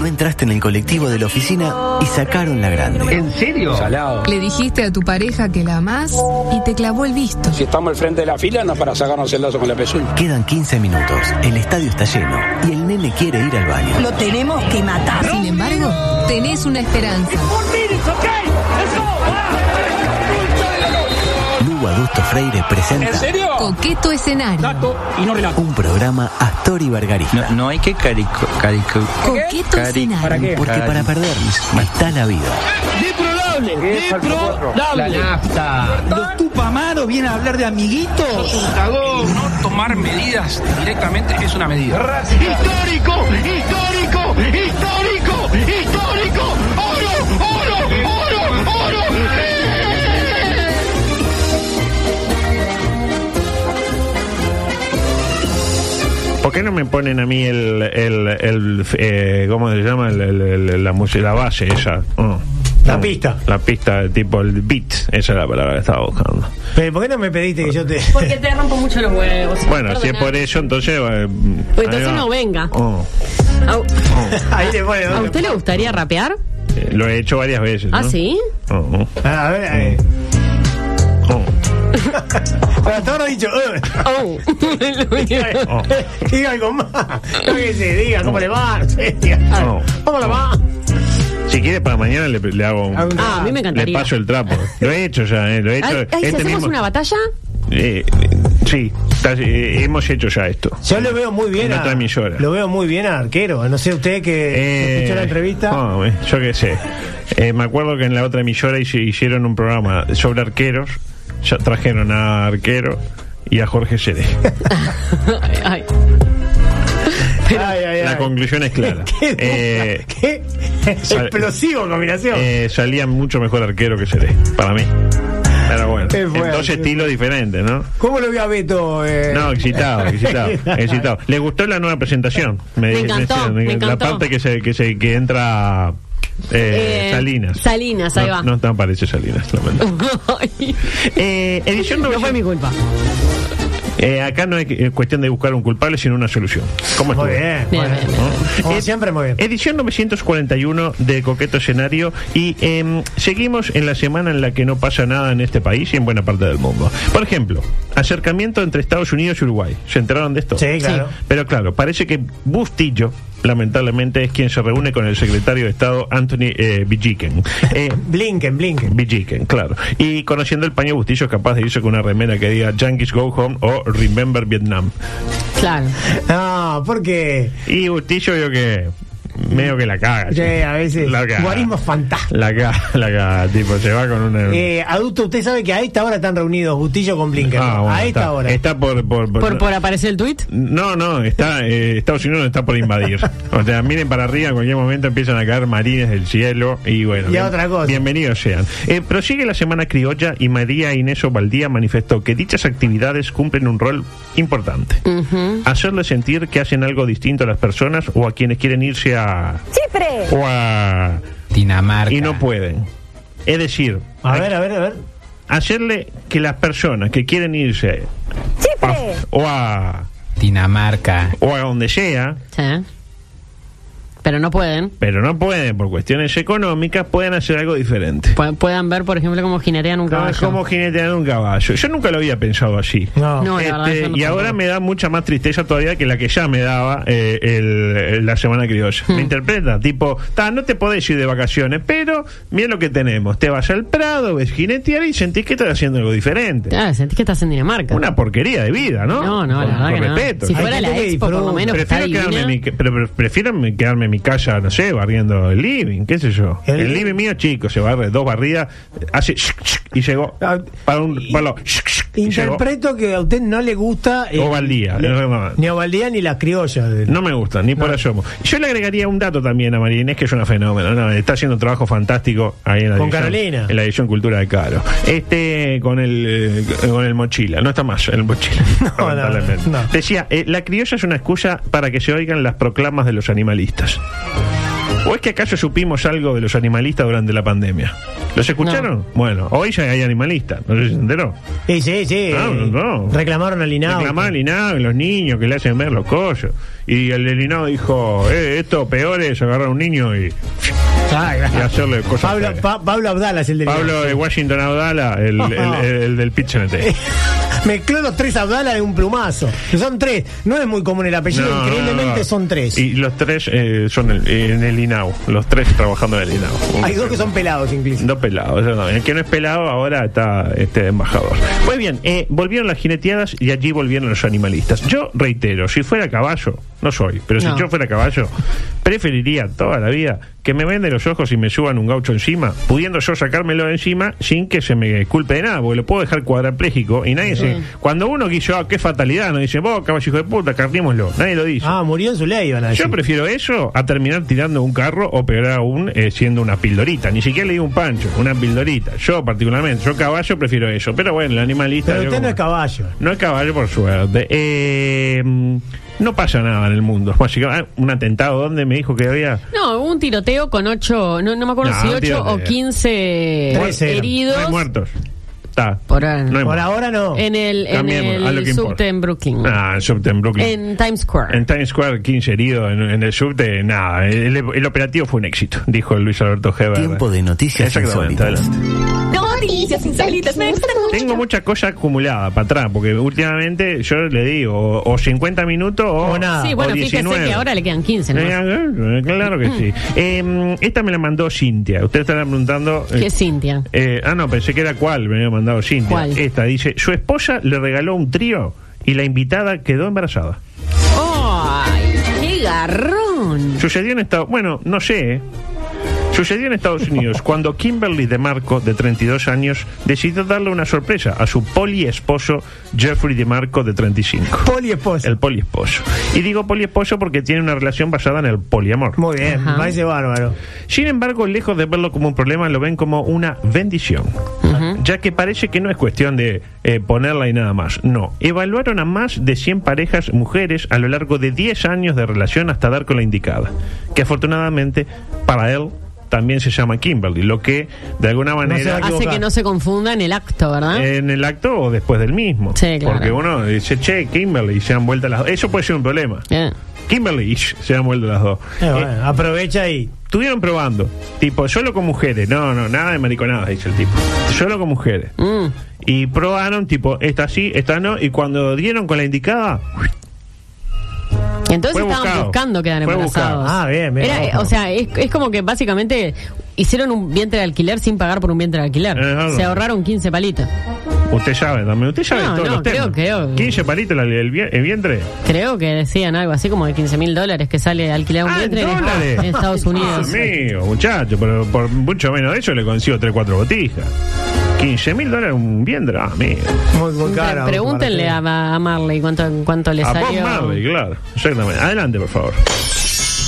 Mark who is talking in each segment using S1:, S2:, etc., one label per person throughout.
S1: No entraste en el colectivo de la oficina y sacaron la grande.
S2: ¿En serio?
S3: Salado.
S4: Le dijiste a tu pareja que la amás y te clavó el visto.
S3: Si estamos al frente de la fila, no para sacarnos el lazo con la pezuña.
S1: Quedan 15 minutos, el estadio está lleno y el nene quiere ir al baño.
S5: Lo tenemos que matar.
S4: Sin embargo, tenés una esperanza.
S1: Lugo Adusto Freire
S3: ¿En
S1: presenta
S3: serio?
S4: Coqueto escenario.
S3: Dato y no relato.
S1: un programa Astor y Bargarista.
S6: No hay que carico, carico.
S4: Coqueto
S6: Cari-
S3: ¿Para
S4: escenario.
S3: qué?
S1: Porque para perder está la vida.
S3: La nafta.
S7: Los tupamaros vienen a hablar de amiguitos.
S3: No tomar medidas directamente es una medida.
S2: Histórico, histórico, histórico, histórico. Oro, oro, oro, oro.
S8: ¿Por qué no me ponen a mí el, el, el, eh, ¿cómo se llama? El- el- el- la, música- la base esa. Mm.
S7: La
S8: Mm.
S7: pista.
S8: La pista, de tipo el beat. Esa es la palabra que estaba buscando.
S7: Pero ¿por qué no me pediste que yo te...
S9: Porque te rompo mucho los huevos.
S8: Bueno,
S9: Perdona.
S8: si es por eso, entonces... eh,
S9: Pues
S8: ahí
S9: entonces
S8: va.
S9: no venga.
S8: Mm.
S9: ¿A,
S7: Ahí te pone
S9: a
S7: otro.
S9: usted le gustaría rapear?
S8: Eh, Lo he hecho varias veces.
S9: ¿Ah,
S8: ¿no?
S9: sí?
S8: Mm.
S7: Ah, A ver, eh.
S8: Mm.
S7: Pero hasta ahora he dicho... eh.
S9: Oh.
S8: Mm.
S7: Diga algo más. Yo qué sé, diga cómo le va. no sé, diga.
S8: No.
S7: ¿Cómo le va?
S8: Oh. Si quiere, para mañana le, le hago un-
S7: Algún-
S9: ah, a mí me
S8: Le
S9: encantaría.
S8: paso el trapo. Lo he hecho ya, eh, lo he hecho.
S9: Ay, ay, si
S8: este
S9: hacemos
S8: mismo-
S9: una batalla,
S8: Eh, eh, sí, casi, eh, hemos hecho ya esto.
S7: Yo lo veo muy bien
S8: En
S7: a,
S8: otra emisora.
S7: Lo veo muy bien a arquero. No sé usted que
S8: Eh,
S7: escuchó la entrevista.
S8: no, eh, yo qué sé. Eh, me acuerdo que en la otra emisora hici- hicieron un programa sobre arqueros. Ya trajeron a arquero y a Jorge Seré.
S9: Ay, ay.
S7: Ay, ay,
S8: La
S7: ay.
S8: conclusión es clara.
S7: Qué, dura,
S8: Eh,
S7: qué
S8: sal-
S7: explosivo combinación.
S8: eh, salía mucho mejor arquero que Seré, para mí. Pero bueno,
S7: Qué
S8: en
S7: fuerte.
S8: dos estilos diferentes, ¿no?
S7: ¿Cómo lo vio a Beto? eh?
S8: No, excitado, excitado, excitado. ¿Le gustó la nueva presentación? Me,
S9: encantó,
S8: decían,
S9: me
S8: la
S9: encantó.
S8: parte que se, que se que entra eh,
S9: Eh,
S8: Salinas.
S9: Salinas, ahí
S8: no,
S9: va.
S8: No tan parece Salinas, lamento.
S9: Ay.
S8: Eh, edición
S9: No fue
S8: 900.
S9: mi culpa.
S8: Eh, acá no es eh, cuestión de buscar un culpable, sino una solución. ¿Cómo
S7: Muy
S8: estuvo? Eh,
S7: bien. Eh,
S9: Bien,
S7: muy
S9: bien,
S7: bien. Como siempre, muy bien.
S8: Edición 941 de Coqueto Escenario y em, seguimos en la semana en la que no pasa nada en este país y en buena parte del mundo. Por ejemplo, acercamiento entre Estados Unidos y Uruguay. ¿Se enteraron de esto?
S7: Sí, claro.
S8: Pero claro, parece que Bustillo, lamentablemente, es quien se reúne con el secretario de Estado Anthony eh, Villiquen. Eh,
S7: Blinken, Blinken.
S8: Villiquen, claro. Y conociendo el paño Bustillo es capaz de irse con una remera que diga Yankees Go Home o Remember Vietnam.
S9: Claro.
S7: No, porque
S8: Y Bustillo yo que medio que la caga.
S7: Sí,
S8: chico.
S7: a veces
S8: La caga.
S7: guarismos fantásticos.
S8: La caga, la caga, tipo, se va con una...
S7: Eh, adulto, usted sabe que a esta hora están reunidos Bustillo con Blinken.
S8: Ah,
S7: ¿no?
S8: bueno,
S7: a esta
S8: está,
S7: hora.
S8: Está por... por, por-
S9: ¿Por, por aparecer el tuit?
S8: No, no, está, eh, Estados Unidos no está por invadir. O sea, miren para arriba, en cualquier momento empiezan a caer marines del cielo y bueno.
S7: Y otra cosa.
S8: Bienvenidos sean. Eh, prosigue la semana criolla y María Inés Ovaldía manifestó que dichas actividades cumplen un rol importante. Hacerle sentir que hacen algo distinto a las personas o a quienes quieren irse a...
S5: ¡Chipre!
S8: o a...
S6: Dinamarca.
S8: y no pueden. Es decir,
S7: A ver, a ver, a ver.
S8: hacerle que las personas que quieren irse
S5: ¡Chipre!
S8: o a,
S6: Dinamarca.
S8: o a donde sea,
S9: Sí. Pero no pueden.
S8: pero no pueden por cuestiones económicas, pueden hacer algo diferente.
S9: Pu- puedan ver, por ejemplo, cómo jinerean un
S8: No, es
S9: caballo.
S8: como jinetear un caballo. Yo nunca lo había pensado así.
S7: No.
S9: No, la verdad,
S8: Este,
S9: yo no
S8: y ahora
S9: tampoco.
S8: me da mucha más tristeza todavía que la que ya me daba eh, el- el- la semana criolla.
S9: Hmm.
S8: Me interpreta, tipo, "Ta, no te podés ir de vacaciones, pero mira lo que tenemos. Te vas al Prado, ves jinetear y sentís que estás haciendo algo diferente.
S9: Ah, sentís que estás en Dinamarca.
S8: Una porquería de vida, ¿no?
S9: No,
S8: Con-
S9: no, la verdad
S8: con
S9: que no.
S8: respeto.
S9: Si
S7: Hay
S9: fuera
S7: gente
S9: la
S7: que
S9: expo, por lo
S7: disfruta.
S9: menos, que está
S8: prefiero, quedarme en
S9: divina.
S8: mi, pre- pre- prefiero me- quedarme en mi mi casa, no sé, barriendo el living, qué sé yo.
S7: El
S8: El,
S7: living.
S8: living mío chico se barre dos barridas, hace shk, shk, y llegó
S7: Ah,
S8: para un
S7: y-
S8: para lo shk, shk, y llegó.
S7: Interpreto que a usted no le gusta. eh,
S8: Ovaldía,
S7: le-
S8: no, no.
S7: Ni Ovaldía ni las criollas. de-
S8: No me gusta, ni por asomo. Yo le agregaría un dato también a María Inés, que es una fenómeno. ¿no? Está haciendo un trabajo fantástico ahí en la
S7: Con
S8: división-
S7: Carolina.
S8: En la edición Cultura de Caro. Este con el eh, con el mochila. No está más el mochila.
S7: No, no,
S8: lamentablemente.
S7: no.
S8: Decía, eh, la criolla es una excusa para que se oigan las proclamas de los animalistas. ¿O es que acaso supimos algo de los animalistas durante la pandemia? ¿Los escucharon? Bueno, hoy ya hay animalistas, no sé si se enteró.
S7: Sí, Eh, sí, sí.
S8: No, no.
S7: Reclamaron al INAO.
S8: Reclamar al Inado, los niños que le hacen ver los collos. Y el del Inado dijo, eh, esto peor es agarrar a un niño y,
S7: Ay,
S8: y hacerle cosas.
S7: Pablo,
S8: feas.
S7: Pa- Pablo Abdala es el del
S8: Pablo de Washington Abdala, el, el, el- el del Pichonete.
S7: Mezcló los tres Abdala de un plumazo. Son tres. No es muy común el apellido, increíblemente son tres.
S8: Y los tres eh, son el- en el INAU, los tres trabajando en el INAU.
S7: Hay dos que son pelados incluso.
S8: Dos pelados, eso no. el que no es pelado ahora está este embajador. Pues bien, eh, volvieron las jineteadas y allí volvieron los animalistas. Yo reitero, si fuera caballo, no soy, pero
S9: No.
S8: si yo fuera caballo, preferiría toda la vida que me venden los ojos y me suban un gaucho encima, pudiendo yo sacármelo de encima sin que se me culpe de nada, porque lo puedo dejar cuadrapléjico y nadie se. Cuando uno quiso, ah, qué fatalidad, nos dicen, vos, caballo hijo de puta, carnémoslo. Nadie lo dice.
S7: Ah, murió en su ley, van a decir.
S8: Yo prefiero eso a terminar tirando un carro o peor aún eh, siendo una pildorita. Ni siquiera le digo un pancho, una pildorita. Yo particularmente, yo caballo prefiero eso. Pero bueno, el animalista...
S7: Pero
S8: yo
S7: usted
S8: como-
S7: no es caballo.
S8: No es caballo por suerte. Eh, mm, no pasa nada en el mundo. Básicamente, ah, un atentado donde me dijo que había...
S9: No, hubo un tiroteo con ocho, no, no me acuerdo
S8: No,
S9: si
S8: un
S9: ocho o
S8: tiroteo.
S9: 15
S7: Trece eran.
S9: heridos
S8: No hay muertos. Está.
S9: Por ahora no.
S8: hay
S7: Por
S8: muertos.
S7: ahora no.
S9: en el, en
S8: Cambiemos a lo
S9: el
S8: que importa.
S9: subte en Brooklyn.
S8: Ah, el subte en Brooklyn.
S9: En Times Square.
S8: En Times Square, 15 heridos en, en el subte, nada. El, el operativo fue un éxito, dijo Luis Alberto Heber.
S1: Tiempo de noticias
S8: Exactamente,
S1: insólitas.
S8: adelante.
S5: Noticias insólitas, me gustan mucho.
S8: Tengo mucha cosa acumulada para atrás, porque últimamente yo le digo, o, o 50 minutos o,
S7: O nada.
S9: sí, bueno,
S8: o
S9: fíjese
S8: 19.
S9: que ahora le quedan 15. ¿no?
S8: Eh, Claro que sí. Eh, esta me la mandó Cintia. Ustedes estarán preguntando. eh,
S9: ¿Qué es Cintia?
S8: eh, ah, no, pensé que era cuál me había mandado Cintia.
S9: ¿Cuál?
S8: Esta dice: Su esposa le regaló un trío y la invitada quedó embarazada.
S9: ¡Ay! ¡Qué garrón!
S8: Sucedió en Estados Bueno, no sé. ¿eh? Sucedió en Estados Unidos cuando Kimberly DeMarco, de 32 años, decidió darle una sorpresa a su poliesposo Jeffrey DeMarco, de 35.
S7: Poli esposa.
S8: El poliesposo. Y digo poliesposo porque tiene una relación basada en el poliamor.
S7: Muy bien,
S9: Ajá. Eh,
S7: me parece bárbaro.
S8: Sin embargo, lejos de verlo como un problema, lo ven como una bendición. Ya que parece que no es cuestión de eh, ponerla y nada más. No. Evaluaron a más de 100 parejas mujeres a lo largo de 10 años de relación hasta dar con la indicada. Que afortunadamente, para él, también se llama Kimberly. Lo que, de alguna manera.
S7: va a
S9: Hace
S7: equivocar.
S9: que no se confunda en el acto, ¿verdad?
S8: en el acto o después del mismo.
S9: ¿Ah, Sí, claro.
S8: Porque uno dice, che, Kimberly, y se han vuelto las. Eso puede ser un problema.
S9: Eh.
S8: Kimberly, y se han vuelto las dos.
S7: Eh, bueno, aprovecha y.
S8: Estuvieron probando. Tipo, solo con mujeres. No, no, nada de mariconadas, dice el tipo. Solo con mujeres.
S9: Mm.
S8: Y probaron, tipo, esta sí, esta no. Y cuando dieron con la indicada,
S9: Entonces
S8: Fue
S9: estaban
S8: buscado.
S9: buscando quedar
S8: Fue buscado.
S9: embarazados.
S7: Ah, bien, bien.
S9: Era, eh, o sea, es, es como que básicamente hicieron un vientre de alquiler sin pagar por un vientre de alquiler.
S8: Eh, algo.
S9: Se ahorraron 15 palitos.
S8: usted sabe también. Usted sabe
S9: No,
S8: todos
S9: no,
S8: los temas.
S9: creo, creo.
S8: 15 palitos la- el, vie- el vientre.
S9: Creo que decían algo así como de 15 mil dólares que sale alquilar un
S8: Ah, ¿en
S9: vientre en-
S8: dólares? Ah,
S9: en Estados Unidos.
S8: Amigo, muchacho, pero por mucho menos de eso le consigo 3, 4 botijas. 15 mil dólares un vientre, ah, amigo.
S7: Muy, muy cara.
S9: Pregúntenle a, a Marley cuánto, cuánto le
S8: A Bob
S9: salió.
S8: Marley, claro. Exactamente. Adelante, por favor.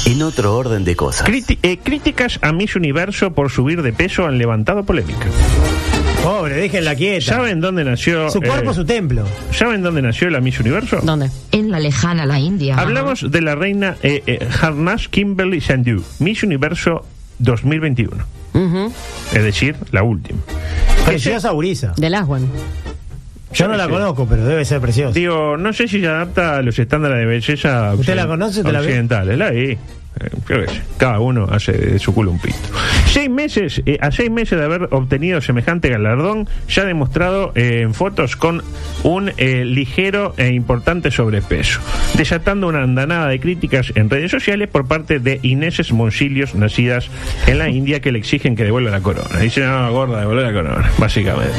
S1: En otro orden de cosas.
S8: Criti- eh, críticas a Miss Universo por subir de peso han levantado polémica.
S7: Pobre, déjenla quieta.
S8: ¿Saben dónde nació?
S7: Su cuerpo,
S8: eh,
S7: su templo.
S8: ¿Saben dónde nació la Miss Universo?
S9: ¿Dónde?
S10: En la lejana la India.
S8: Hablamos de la reina eh, eh, Harnash Kimberly Sandu, Miss Universo 2021,
S9: Ujú,
S8: es decir, la última.
S7: Preciosa Uriza.
S9: Del Aswan.
S7: Yo no la
S8: Sí.
S7: conozco, pero debe ser preciosa.
S8: Digo, no sé si se adapta a los estándares de belleza
S7: ¿Usted la
S8: occiden-
S7: conoce? ¿Te la ve?
S8: occidentales. La vi. Eh, qué sé yo. Cada uno hace de su culo un pito. Seis meses, eh, a seis meses de haber obtenido semejante galardón, ya ha demostrado eh, en fotos con un eh, ligero e importante sobrepeso, desatando una andanada de críticas en redes sociales por parte de Ineses Monsilios, nacidas en la India, que le exigen que devuelva la corona. Dicen, no, gorda, devuelve la corona, básicamente.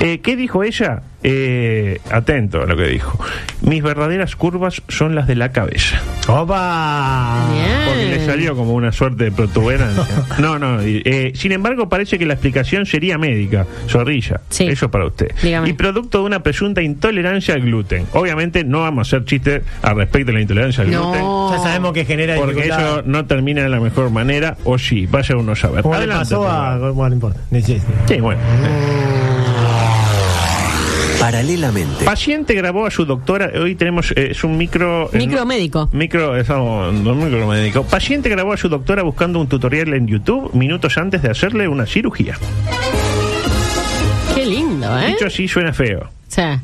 S8: Eh, ¿Qué dijo ella? Eh, atento a lo que dijo. Mis verdaderas curvas son las de la cabeza.
S7: ¡Opa!
S9: Bien. Ah.
S8: Porque le salió como una suerte de protuberancia. No, no. y, eh, sin embargo, parece que la explicación sería médica. Zorrilla.
S9: Sí.
S8: Eso es para usted.
S9: Dígame.
S8: Y producto de una presunta intolerancia al gluten. Obviamente no vamos a hacer chistes al respecto de la intolerancia al gluten.
S9: No.
S7: Ya sabemos que genera
S8: Porque
S7: dificultad.
S8: eso no termina de la mejor manera, o sí, vaya uno a saber.
S7: Como le
S8: Adelante,
S7: pasó
S8: por
S7: a.
S8: favor.
S7: Bueno, no importa. Ni- sí, sí.
S8: Sí, bueno.
S1: Paralelamente,
S8: Paciente grabó a su doctora. Hoy tenemos. eh, es un micro. eh,
S9: Micromédico.
S8: Micro, eso, no micromédico. Paciente grabó a su doctora buscando un tutorial en YouTube minutos antes de hacerle una cirugía.
S9: Qué lindo, ¿eh?
S8: Dicho así, suena feo.
S9: O sea,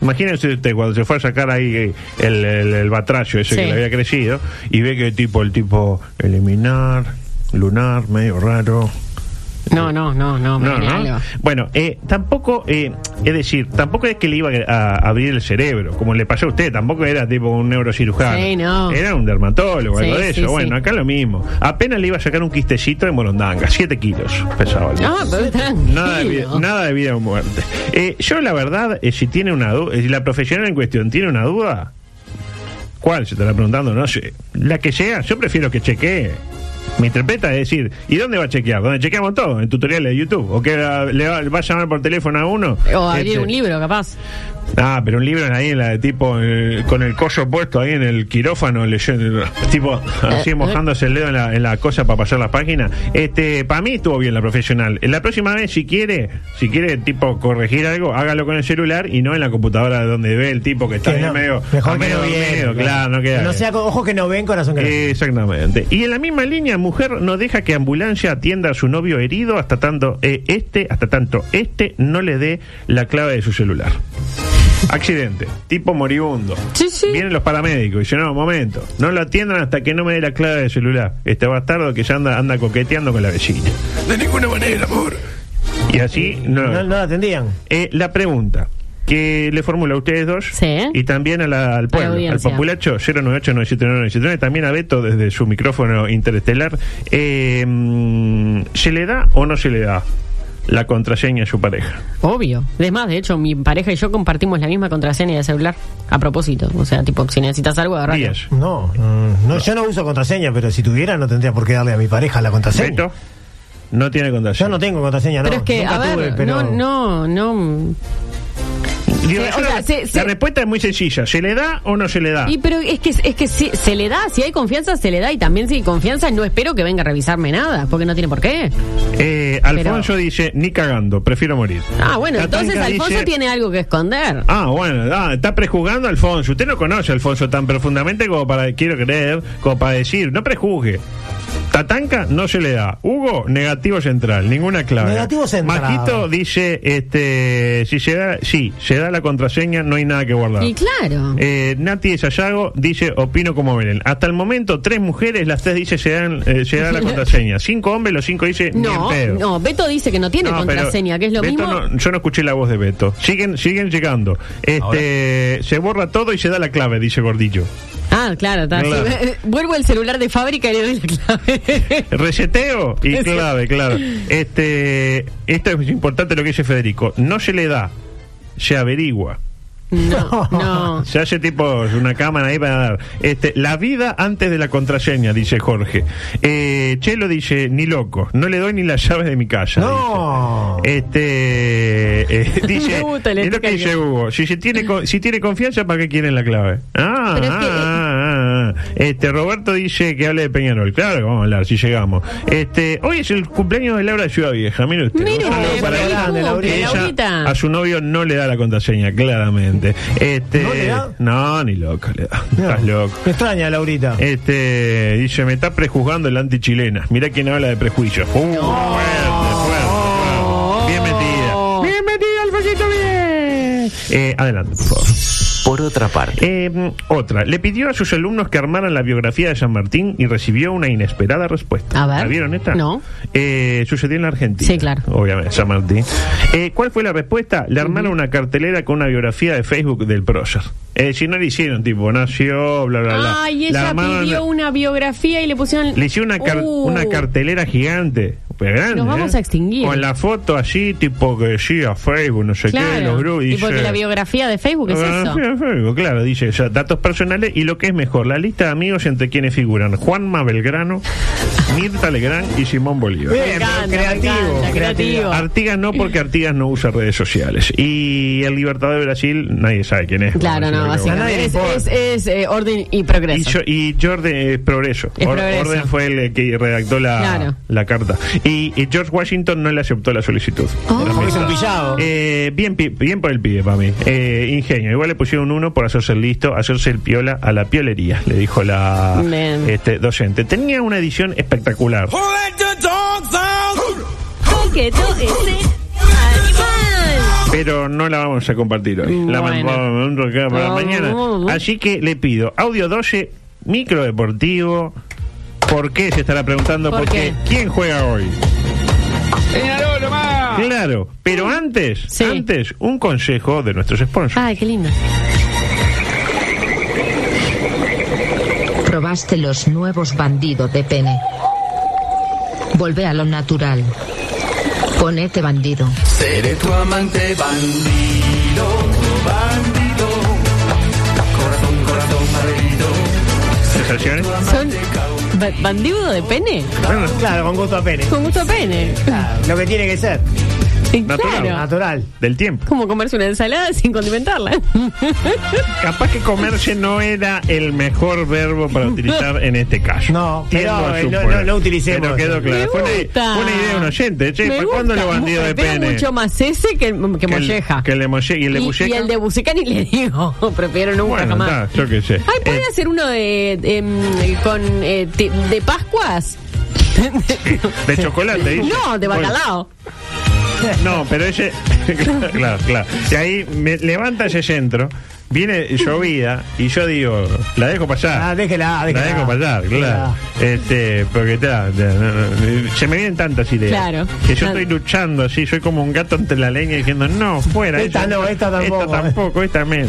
S8: Imagínense usted cuando se fue a sacar ahí eh, el, el, el batracio ese
S9: Sí.
S8: que le había crecido y ve que tipo, el tipo eliminar, lunar, medio raro.
S9: no, no, no, no.
S8: No,
S9: ponele
S8: no.
S9: algo.
S8: Bueno, eh, tampoco, eh, es decir, tampoco es que le iba a abrir el cerebro, como le pasó a usted, tampoco era tipo un neurocirujano.
S9: Sí, no.
S8: Era un dermatólogo,
S9: Sí,
S8: algo de
S9: sí,
S8: eso. bueno,
S9: sí.
S8: acá lo mismo. Apenas le iba a sacar un quistecito de morondanga, 7 kilos pesaba. el-
S9: Ah, pero
S8: Nada de, vida,
S9: tranquilo.
S8: nada de vida o muerte. Eh, yo, la verdad, eh, si tiene una duda, si la profesional en cuestión tiene una duda, ¿cuál se estará preguntando? No sé. La que sea, yo prefiero que chequee. Me interpreta es decir, ¿y dónde va a chequear? ¿Dónde chequeamos todo? ¿En tutoriales de YouTube? ¿O que ah, le va, va a llamar por teléfono a uno?
S9: O abrir
S8: Este,
S9: un libro, capaz.
S8: Ah, pero un libro es ahí, en la de tipo, eh, con el collo puesto ahí en el quirófano, leyendo, tipo, así
S9: eh.
S8: mojándose el dedo en la, en la cosa para pasar las páginas. Este, para mí estuvo bien la profesional. Eh, La próxima vez, si quiere, si quiere, tipo, corregir algo, hágalo con el celular y no en la computadora donde ve el tipo que está
S7: Que
S8: ahí
S7: no,
S8: medio,
S7: mejor
S8: a
S7: que
S8: medio
S7: no viene,
S8: dormido, claro, no queda
S7: No
S8: bien.
S7: sea con ojos que no ven, corazón que no.
S8: Eh, Exactamente. Y en la misma línea, mujer no deja que ambulancia atienda a su novio herido hasta tanto eh, este, hasta tanto este no le dé la clave de su celular. Accidente, tipo moribundo.
S9: Sí, sí.
S8: Vienen los paramédicos y dicen, no, momento, no lo atiendan hasta que no me dé la clave del celular. Este bastardo que ya anda, anda coqueteando con la vecina. De ninguna manera, amor. Y así no.
S7: No, no la atendían.
S8: Eh, la pregunta que le formulo a ustedes dos
S9: Sí.
S8: y también a la- al pueblo, al
S9: audiencia.
S8: populacho 098979979, también a Beto desde su micrófono interestelar. eh, mm, ¿Se le da o no se le da la contraseña a su pareja?
S9: Obvio. Es más, de hecho, mi pareja y yo compartimos la misma contraseña de celular. A propósito. O sea, tipo, si necesitas algo, agarrar.
S8: Díaz.
S7: No, mm, no, yo no uso contraseña, pero si tuviera no tendría por qué darle a mi pareja la contraseña.
S8: Beto no tiene
S7: Yo
S8: contraseña.
S7: no tengo contraseña, no.
S9: Pero es que,
S7: Nunca
S9: a ver,
S7: tuve, pero-
S9: no, no, no.
S8: Digo,
S9: Sí,
S8: yo
S9: o
S8: la-
S9: sea, se-
S8: la
S9: se-
S8: respuesta es muy sencilla. ¿Se le da o no se le da?
S9: Y pero es que es que si se le da, si hay confianza se le da y también si hay confianza no espero que venga a revisarme nada, porque no tiene por qué.
S8: Eh,
S9: Pero-
S8: Alfonso dice, ni cagando, prefiero morir.
S9: Ah, bueno, entonces
S8: Tatanka
S9: Alfonso
S8: dice,
S9: tiene algo que esconder.
S8: Ah, bueno, ah, está prejuzgando a Alfonso. Usted no conoce a Alfonso tan profundamente como para, quiero creer, como para decir, no prejuzgue. Tatanca no se le da. Hugo, negativo central, ninguna clave.
S7: Negativo central.
S8: Majito dice, este, si se da, sí, se da la contraseña, no hay nada que guardar.
S9: Y claro.
S8: Eh, Nati de Sayago dice, opino como Belén. Hasta el momento, tres mujeres, las tres dice, se dan, eh, se da la contraseña. Cinco hombres, los cinco dice, ni en
S9: no,
S8: pedo.
S9: no, Beto dice que no tiene
S8: No, pero
S9: contraseña, que es lo
S8: Beto
S9: mismo.
S8: no- yo no escuché la voz de Beto. Siguen, siguen llegando. Este, se borra todo y se da la clave, dice Gordillo.
S9: Ah, claro, está.
S8: Claro.
S9: Sí, Vuelvo el celular de fábrica y le doy la clave.
S8: Reseteo y
S9: Eso.
S8: clave, claro. Este, esto es importante lo que dice Federico. No se le da, se averigua.
S9: no, no.
S8: Se hace tipo una cámara ahí para dar. Este, la vida antes de la contraseña, dice Jorge. Eh, Chelo dice, ni loco, no le doy ni las llaves de mi casa.
S7: No.
S8: dice. Este, eh, dice,
S9: Me gusta el
S8: es lo que dice
S9: etiqueta.
S8: Hugo, si, se tiene, co- si tiene confianza, ¿para qué quieren la clave? Ah,
S9: Pero es
S8: ah,
S9: que-
S8: ah, ah. Este, Roberto dice que hable de Peñarol. Claro que vamos a hablar, si llegamos. Este, hoy es el cumpleaños de Laura de Ciudad Vieja, mire usted.
S9: Mire
S8: Un saludo
S9: usted,
S8: para
S9: pero
S8: ella,
S7: grande,
S9: ¿cómo?
S7: Laurita.
S8: que
S9: Que
S8: ella
S9: Laurita.
S8: a su novio no le da la contraseña, claramente. Este,
S7: ¿No le da?
S8: No, ni loco le da.
S7: No.
S8: Estás loco.
S7: Me extraña, Laurita.
S8: Este, dice, me está prejuzgando el antichilena. Mirá quién habla de prejuicios. Uh, fuerte, fuerte, fuerte. Bien metida. Bien metida, Alfonsito, bien. Eh, adelante, por favor.
S1: por otra parte,
S8: Eh, otra. Le pidió a sus alumnos que armaran la biografía de San Martín y recibió una inesperada respuesta.
S9: A ver.
S8: ¿La vieron esta?
S9: No.
S8: Eh, sucedió en la Argentina.
S9: Sí, claro.
S8: Obviamente, San Martín. Eh, ¿Cuál fue la respuesta? Le armaron una cartelera con una biografía de Facebook del prócer. Eh, si no le hicieron, tipo, nació, bla, bla, bla. La
S9: Ay, ella
S8: armaron-
S9: pidió una biografía y le pusieron
S8: Le hicieron una, car-
S9: Uh.
S8: una cartelera gigante. pero grande,
S9: Nos vamos
S8: ¿eh?
S9: a extinguir.
S8: Con la foto así, tipo que sí, a Facebook, no sé qué, los
S9: Claro.
S8: grupos.
S9: Y
S8: dice-
S9: porque la biografía de Facebook es
S8: Ah,
S9: eso.
S8: mira, Facebook, Claro, dice o sea, datos personales y lo que es mejor, la lista de amigos entre quienes figuran Juanma Belgrano, Mirta Legrand y Simón Bolívar.
S9: Me encanta, me encanta, creativo.
S8: Artigas no, porque Artigas no usa redes sociales. Y el Libertador de Brasil, nadie sabe quién es.
S9: Claro, no, básicamente. Es, es, es, eh, orden y
S8: Y,
S9: progreso.
S8: yo- y Jordan eh, Progreso.
S9: Es
S8: Or-
S9: Progreso.
S8: Orden fue el que redactó la,
S9: Claro.
S8: la carta. Y, y George Washington no le aceptó la solicitud.
S9: Oh.
S8: Era
S7: Porque es un
S8: amistad.
S7: pillado.
S8: Eh, bien, pi- bien por el pibe para mí. Eh, ingenio. Igual le pusieron un uno por hacerse el listo, hacerse el piola a la piolería, le dijo la
S9: Bien.
S8: este, docente. Tenía una edición espectacular. Pero no la vamos a compartir hoy. La
S9: Bueno.
S8: vamos a tocar para
S9: Ah,
S8: mañana.
S9: bueno.
S8: Así que le pido audio 12, micro deportivo. ¿Por qué? Se estará preguntando
S9: ¿Por
S8: por qué.
S9: qué?
S8: ¿Quién juega hoy?
S3: Peñarol, nomás.
S8: Claro, pero antes,
S9: Ah. Sí. Ah.
S8: antes, un consejo de nuestros sponsors.
S9: Ay, qué lindo.
S10: Probaste los nuevos bandido de pene. Volvé a lo natural. Ponete bandido.
S2: Seré tu amante bandido, bandido. Corazón, corazón bandido.
S8: Sensaciones.
S9: ¿Son ba- bandido de pene?
S8: Bueno,
S7: Claro, con gusto a pene.
S9: Con gusto a pene.
S7: Claro, lo que tiene que ser.
S9: Y
S8: Natural.
S9: Claro.
S7: Natural.
S8: del tiempo.
S9: Como comerse una ensalada sin condimentarla.
S8: Capaz que comerse no era el mejor verbo para utilizar en este caso.
S7: No,
S8: Tiendo
S7: pero,
S8: a
S7: eh, no-
S8: suponer.
S7: no- no utilicemos.
S8: Pero quedó
S9: Me
S8: claro. Fue una,
S9: gusta.
S8: fue una idea de un oyente. Che,
S9: Me
S8: ¿para cuándo
S9: gusta.
S8: los bandidos de
S9: Mu- veo
S8: pene?
S9: mucho más ese que, que
S8: Que el-
S9: molleja.
S8: Que el de molle- y el de
S9: Y- y,
S8: buceca.
S9: el de buceca ni le digo. Prefiero nunca
S8: Bueno,
S9: jamás.
S8: está, yo qué sé.
S9: Ay, ¿puede
S8: Eh,
S9: hacer uno de, em, con, eh, ti- de Pascuas?
S8: de chocolate, dice.
S9: no, de bacalao.
S8: No, pero ese. claro, claro. Y ahí me levanta ese centro, viene llovida, y yo digo, la dejo pasar.
S7: Ah, déjela,
S8: La
S7: déjela.
S8: dejo pasar, claro. Este, porque ta, ta, no, no, se me vienen tantas ideas.
S9: Claro.
S8: Que yo
S9: Ah.
S8: estoy luchando así, soy como un gato entre la leña diciendo, no, fuera.
S7: Esta
S8: eso,
S7: no, esta tampoco,
S8: Esta
S7: eh.
S8: tampoco, esta menos.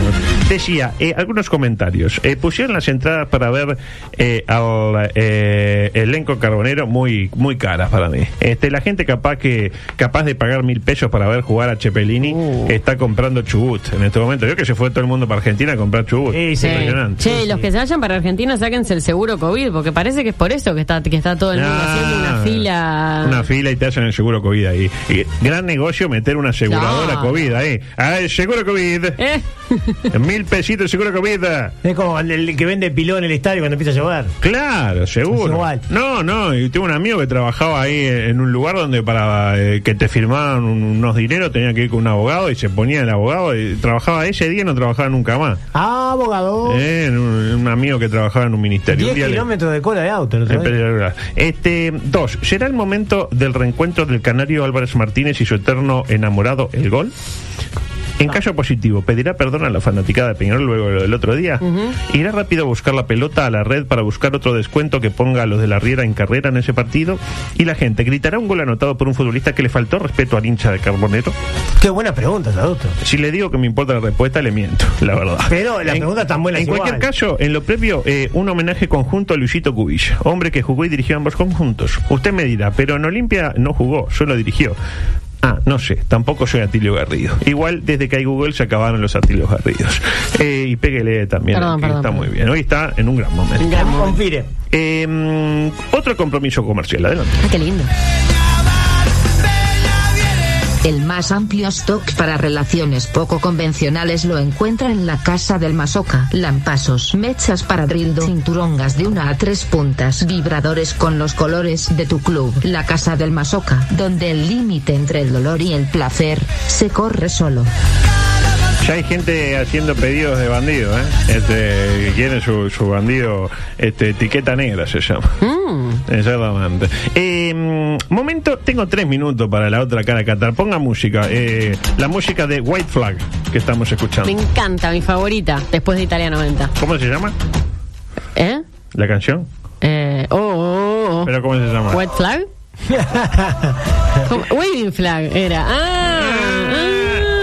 S8: Decía, eh, algunos comentarios. Eh, pusieron las entradas para ver eh, al eh, elenco carbonero muy, muy caras para mí. Este, la gente capaz que capaz de pagar mil pesos para ver jugar a Chepelini
S7: Uh.
S8: está comprando chubut en este momento. Yo que se fue todo el mundo para Argentina a comprar chubut.
S7: Sí, sí.
S8: Impresionante.
S9: Che, los que se vayan para Argentina, sáquense el seguro COVID, porque parece que es por eso que está, que está todo el mundo
S8: Ah,
S9: haciendo una fila.
S8: Una fila y te hacen el seguro COVID ahí. Y gran negocio meter una aseguradora
S9: No.
S8: COVID ahí. Ah, el seguro COVID.
S9: ¿Eh?
S8: Mil pesitos el seguro COVID.
S7: Es como el, el que vende pilón en el estadio cuando empieza a llover.
S8: Claro,
S7: Es
S8: seguro.
S7: igual.
S8: No, no, y tengo un amigo que trabajaba ahí en un lugar donde para eh, que te firmaban un- unos dineros tenía que ir con un abogado y se ponía el abogado y trabajaba ese día y no trabajaba nunca más.
S7: Ah, abogado.
S8: Eh, en un, un amigo que trabajaba en un ministerio.
S7: 10
S8: Un día le-
S7: kilómetros de cola de auto. el otro
S8: Eh,
S7: día.
S8: pero, verdad. Este, dos, ¿será el momento del reencuentro del canario Álvarez Martínez y su eterno enamorado, el gol? En caso positivo, ¿pedirá perdón a la fanaticada de Peñarol luego de lo del otro día? ¿Irá rápido a buscar la pelota a la red para buscar otro descuento que ponga a los de la Riera en carrera en ese partido? ¿Y la gente gritará un gol anotado por un futbolista que le faltó respeto al hincha de Carbonero?
S7: Qué buena pregunta, adulto.
S8: Si le digo que me importa la respuesta, le miento, la verdad.
S7: Pero la pregunta es tan buena
S8: En
S7: igual.
S8: cualquier caso, en lo previo, eh, un homenaje conjunto a Luisito Cubilla, hombre que jugó y dirigió ambos conjuntos. Usted me dirá, pero en Olimpia no jugó, solo dirigió. Ah, no sé, tampoco soy Atilio Garrido. Igual desde que hay Google se acabaron los Atilios Garridos. Eh, y pégale también,
S9: Perdón,
S8: que
S9: perdón,
S8: está
S9: perdón.
S8: muy bien. Hoy está en un gran momento.
S7: Confire.
S8: Eh, mm, otro compromiso comercial, adelante.
S9: Ah, qué lindo.
S10: El más amplio stock para relaciones poco convencionales lo encuentra en la casa del masoca. Lampasos, mechas para drildo, cinturongas de una a tres puntas, vibradores con los colores de tu club. La casa del masoca, donde el límite entre el dolor y el placer se corre solo.
S8: Ya hay gente haciendo pedidos de bandido, ¿eh? Este, que quieren su, su bandido, este, etiqueta negra se llama.
S9: Mm.
S8: Exactamente. Eh, momento, tengo tres minutos para la otra cara de Qatar. Ponga música, eh, la música de White Flag que estamos
S9: Me
S8: escuchando.
S9: encanta, mi favorita, después de Italia 90.
S8: ¿Cómo se llama
S9: ¿Eh?
S8: la canción?
S9: Eh, oh, oh, oh,
S8: ¿Pero cómo se
S9: oh.
S8: llama?
S9: ¿White flag? ¿Cómo? Waving flag era. Ah, ah.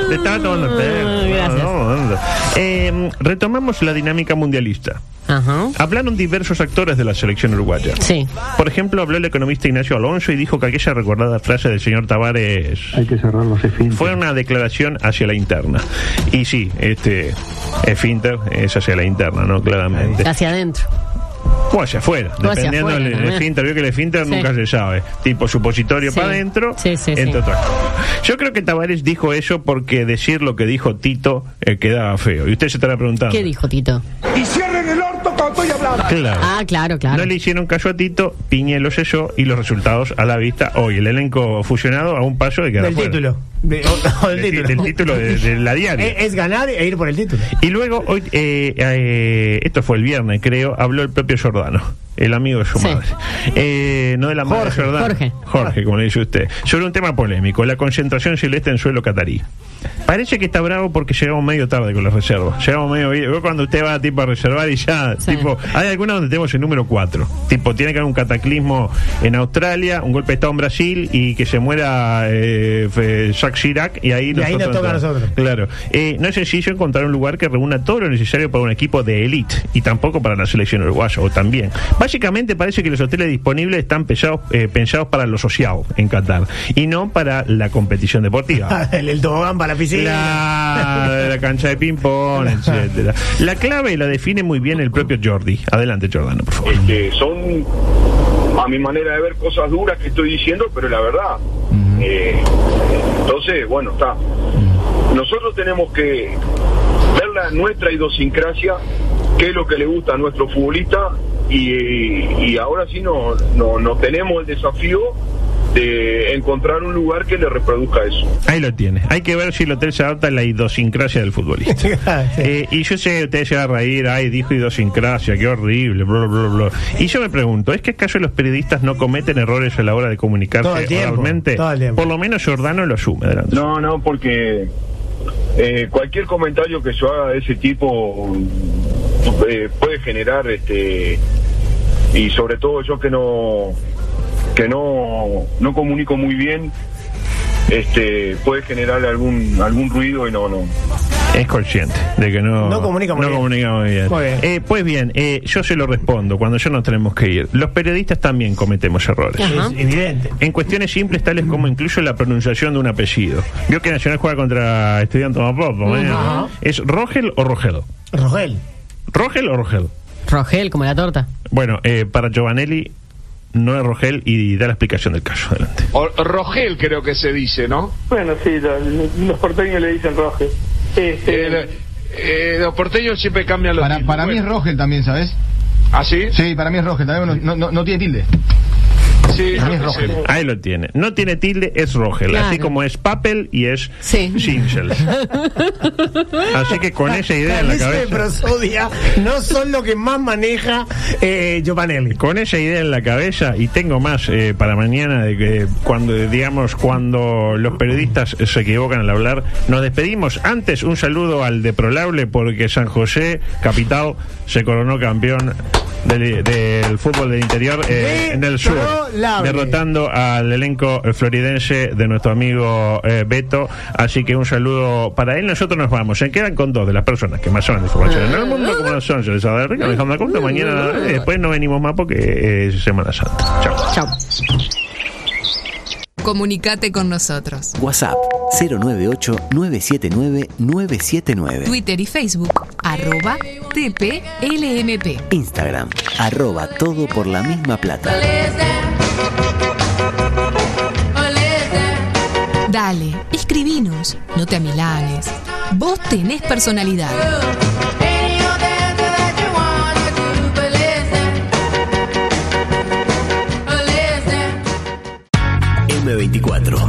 S8: Te estaba tomando el pelo.
S9: Gracias.
S8: No, no, no. Eh, retomamos la dinámica mundialista.
S9: Ajá.
S8: Hablaron diversos actores de la selección uruguaya.
S9: Sí.
S8: Por ejemplo, habló el economista Ignacio Alonso y dijo que aquella recordada frase del señor Tavares
S2: Hay que cerrar los esfínteres.
S8: fue una declaración hacia la interna. Y sí, este esfínter es hacia la interna, ¿no? Claramente.
S9: Hacia adentro.
S8: O hacia afuera,
S9: O hacia
S8: dependiendo
S9: afuera
S8: del del
S9: también.
S8: esfínter. Vio que el esfínter
S9: Sí.
S8: nunca se sabe. Tipo supositorio
S9: Sí.
S8: para adentro,
S9: Sí, sí, sí.
S8: entre otras cosas. Yo creo que Tavares dijo eso porque decir lo que dijo Tito eh, quedaba feo. Y usted se estará preguntando.
S9: ¿Qué dijo Tito?
S8: Claro.
S9: Ah, claro, claro.
S8: No le hicieron caso a Tito, Piñe lo cesó y los resultados a la vista hoy. El elenco fusionado a un paso de quedar
S7: Del
S8: fuera.
S7: título. De- o- o del
S8: Del ti-
S7: título.
S8: del título de, de la diaria.
S7: Es, es ganar e ir por el título.
S8: Y luego, hoy, eh, eh, esto fue el viernes, creo, habló el propio Giordano. El amigo de su
S9: Sí.
S8: madre. Eh, no de la madre de Giordano.
S9: Jorge.
S8: Jorge, como le dice usted. Sobre un tema polémico, la concentración celeste en suelo catarí. Parece que está bravo porque llegamos medio tarde con las reservas. Llegamos medio. Veo cuando usted va tipo a reservar y ya.
S9: Sí.
S8: Tipo, hay alguna donde tenemos el número 4. Tipo, tiene que haber un cataclismo en Australia, un golpe de Estado en Brasil y que se muera eh, fe- Jacques Chirac y ahí
S7: Y ahí nos toca a
S8: entramos.
S7: nosotros.
S8: Claro. Eh, no es sencillo encontrar un lugar que reúna todo lo necesario para un equipo de élite y tampoco para la selección uruguaya, o también. Básicamente parece que los hoteles disponibles están pesados, eh, pensados para los sociados en Qatar y no para la competición deportiva.
S7: el, el tobogán para la piscina.
S8: La, la cancha de ping-pong, etcétera. La clave la define muy bien el propio Jordi. Adelante, Jordano, por favor.
S11: Este, son, a mi manera de ver, cosas duras que estoy diciendo, pero la verdad. Eh, entonces, bueno, está. Nosotros tenemos que ver la, nuestra idiosincrasia, qué es lo que le gusta a nuestro futbolista, y, y ahora sí no, no, no tenemos el desafío de encontrar un lugar que le reproduzca eso.
S8: Ahí lo tiene. Hay que ver si el hotel se adapta a la idiosincrasia del futbolista.
S7: Sí.
S8: Eh, y yo sé, ustedes se van a reír, ay, dijo idiosincrasia, qué horrible, bla, bla, bla, bla. Y yo me pregunto, ¿es que acaso los periodistas no cometen errores a la hora de comunicarse
S7: Todo el tiempo,
S8: oralmente?
S7: todo el tiempo.
S8: Por lo menos Giordano lo asume, adelante.
S11: No, no, porque eh, cualquier comentario que yo haga de ese tipo eh, puede generar, este, y sobre todo yo que no que no, no comunico muy bien, este, puede generar algún algún ruido y no, no.
S8: Es consciente de que no,
S7: No comunica muy
S8: no
S7: bien.
S8: comunica muy bien.
S7: Muy bien.
S8: Eh, pues bien, eh, yo se lo respondo cuando yo nos tenemos que ir. Los periodistas también cometemos errores.
S9: Ajá.
S7: Es evidente.
S8: En cuestiones simples tales como incluso la pronunciación de un apellido. Vio que Nacional juega contra Estudiantes Mapopo. mañana. ¿Es Rogel o Rogel?
S7: Rogel.
S8: ¿Rogel o Rogel?
S9: Rogel, como la torta.
S8: Bueno, eh, para Giovanelli no es Rogel y da la explicación del caso. Adelante.
S11: Rogel creo que se dice, ¿no?
S2: Bueno, sí, lo- los porteños le dicen roje. Este,
S11: eh, los porteños siempre cambian los ¿Ah,
S6: Para, para mí es Rogel también, ¿sabes?
S11: ¿Así?
S6: Sí, para mí es Rogel. También no, no, no tiene tilde.
S11: sí,
S6: Para mí es Rogel.
S8: Ahí lo tiene. No tiene tilde, es Rogel.
S9: Claro.
S8: Así como es Papel y es
S9: Sí.
S8: Sinsel. Así que con esa idea en la
S7: Clarice de
S8: cabeza.
S7: prosodia no son lo que más maneja eh, Giovanelli.
S8: Con esa idea en la cabeza, y tengo más eh, para mañana, de que eh, cuando, digamos, cuando los periodistas se equivocan al hablar, nos despedimos. Antes, un saludo al deplorable, porque San José, capital, se coronó campeón del, del fútbol del interior eh, en el sur,
S7: Deplorable.
S8: derrotando al elenco eh, floridense de nuestro amigo eh, Beto. Así que un saludo para él. Nosotros nos vamos. Se quedan con dos de las personas que más son de información en el mundo, como los son, se les da rica, Alejandro Acosta. Mañana, eh, después no venimos más porque es Semana Santa. Chao.
S9: Chao.
S4: Comunicate con nosotros.
S1: WhatsApp 098-979-979.
S4: Twitter y Facebook, arroba TPLMP.
S1: Instagram, arroba todo por la misma plata.
S4: Dale, escribinos, no te amilanes. Vos tenés personalidad.
S1: M24.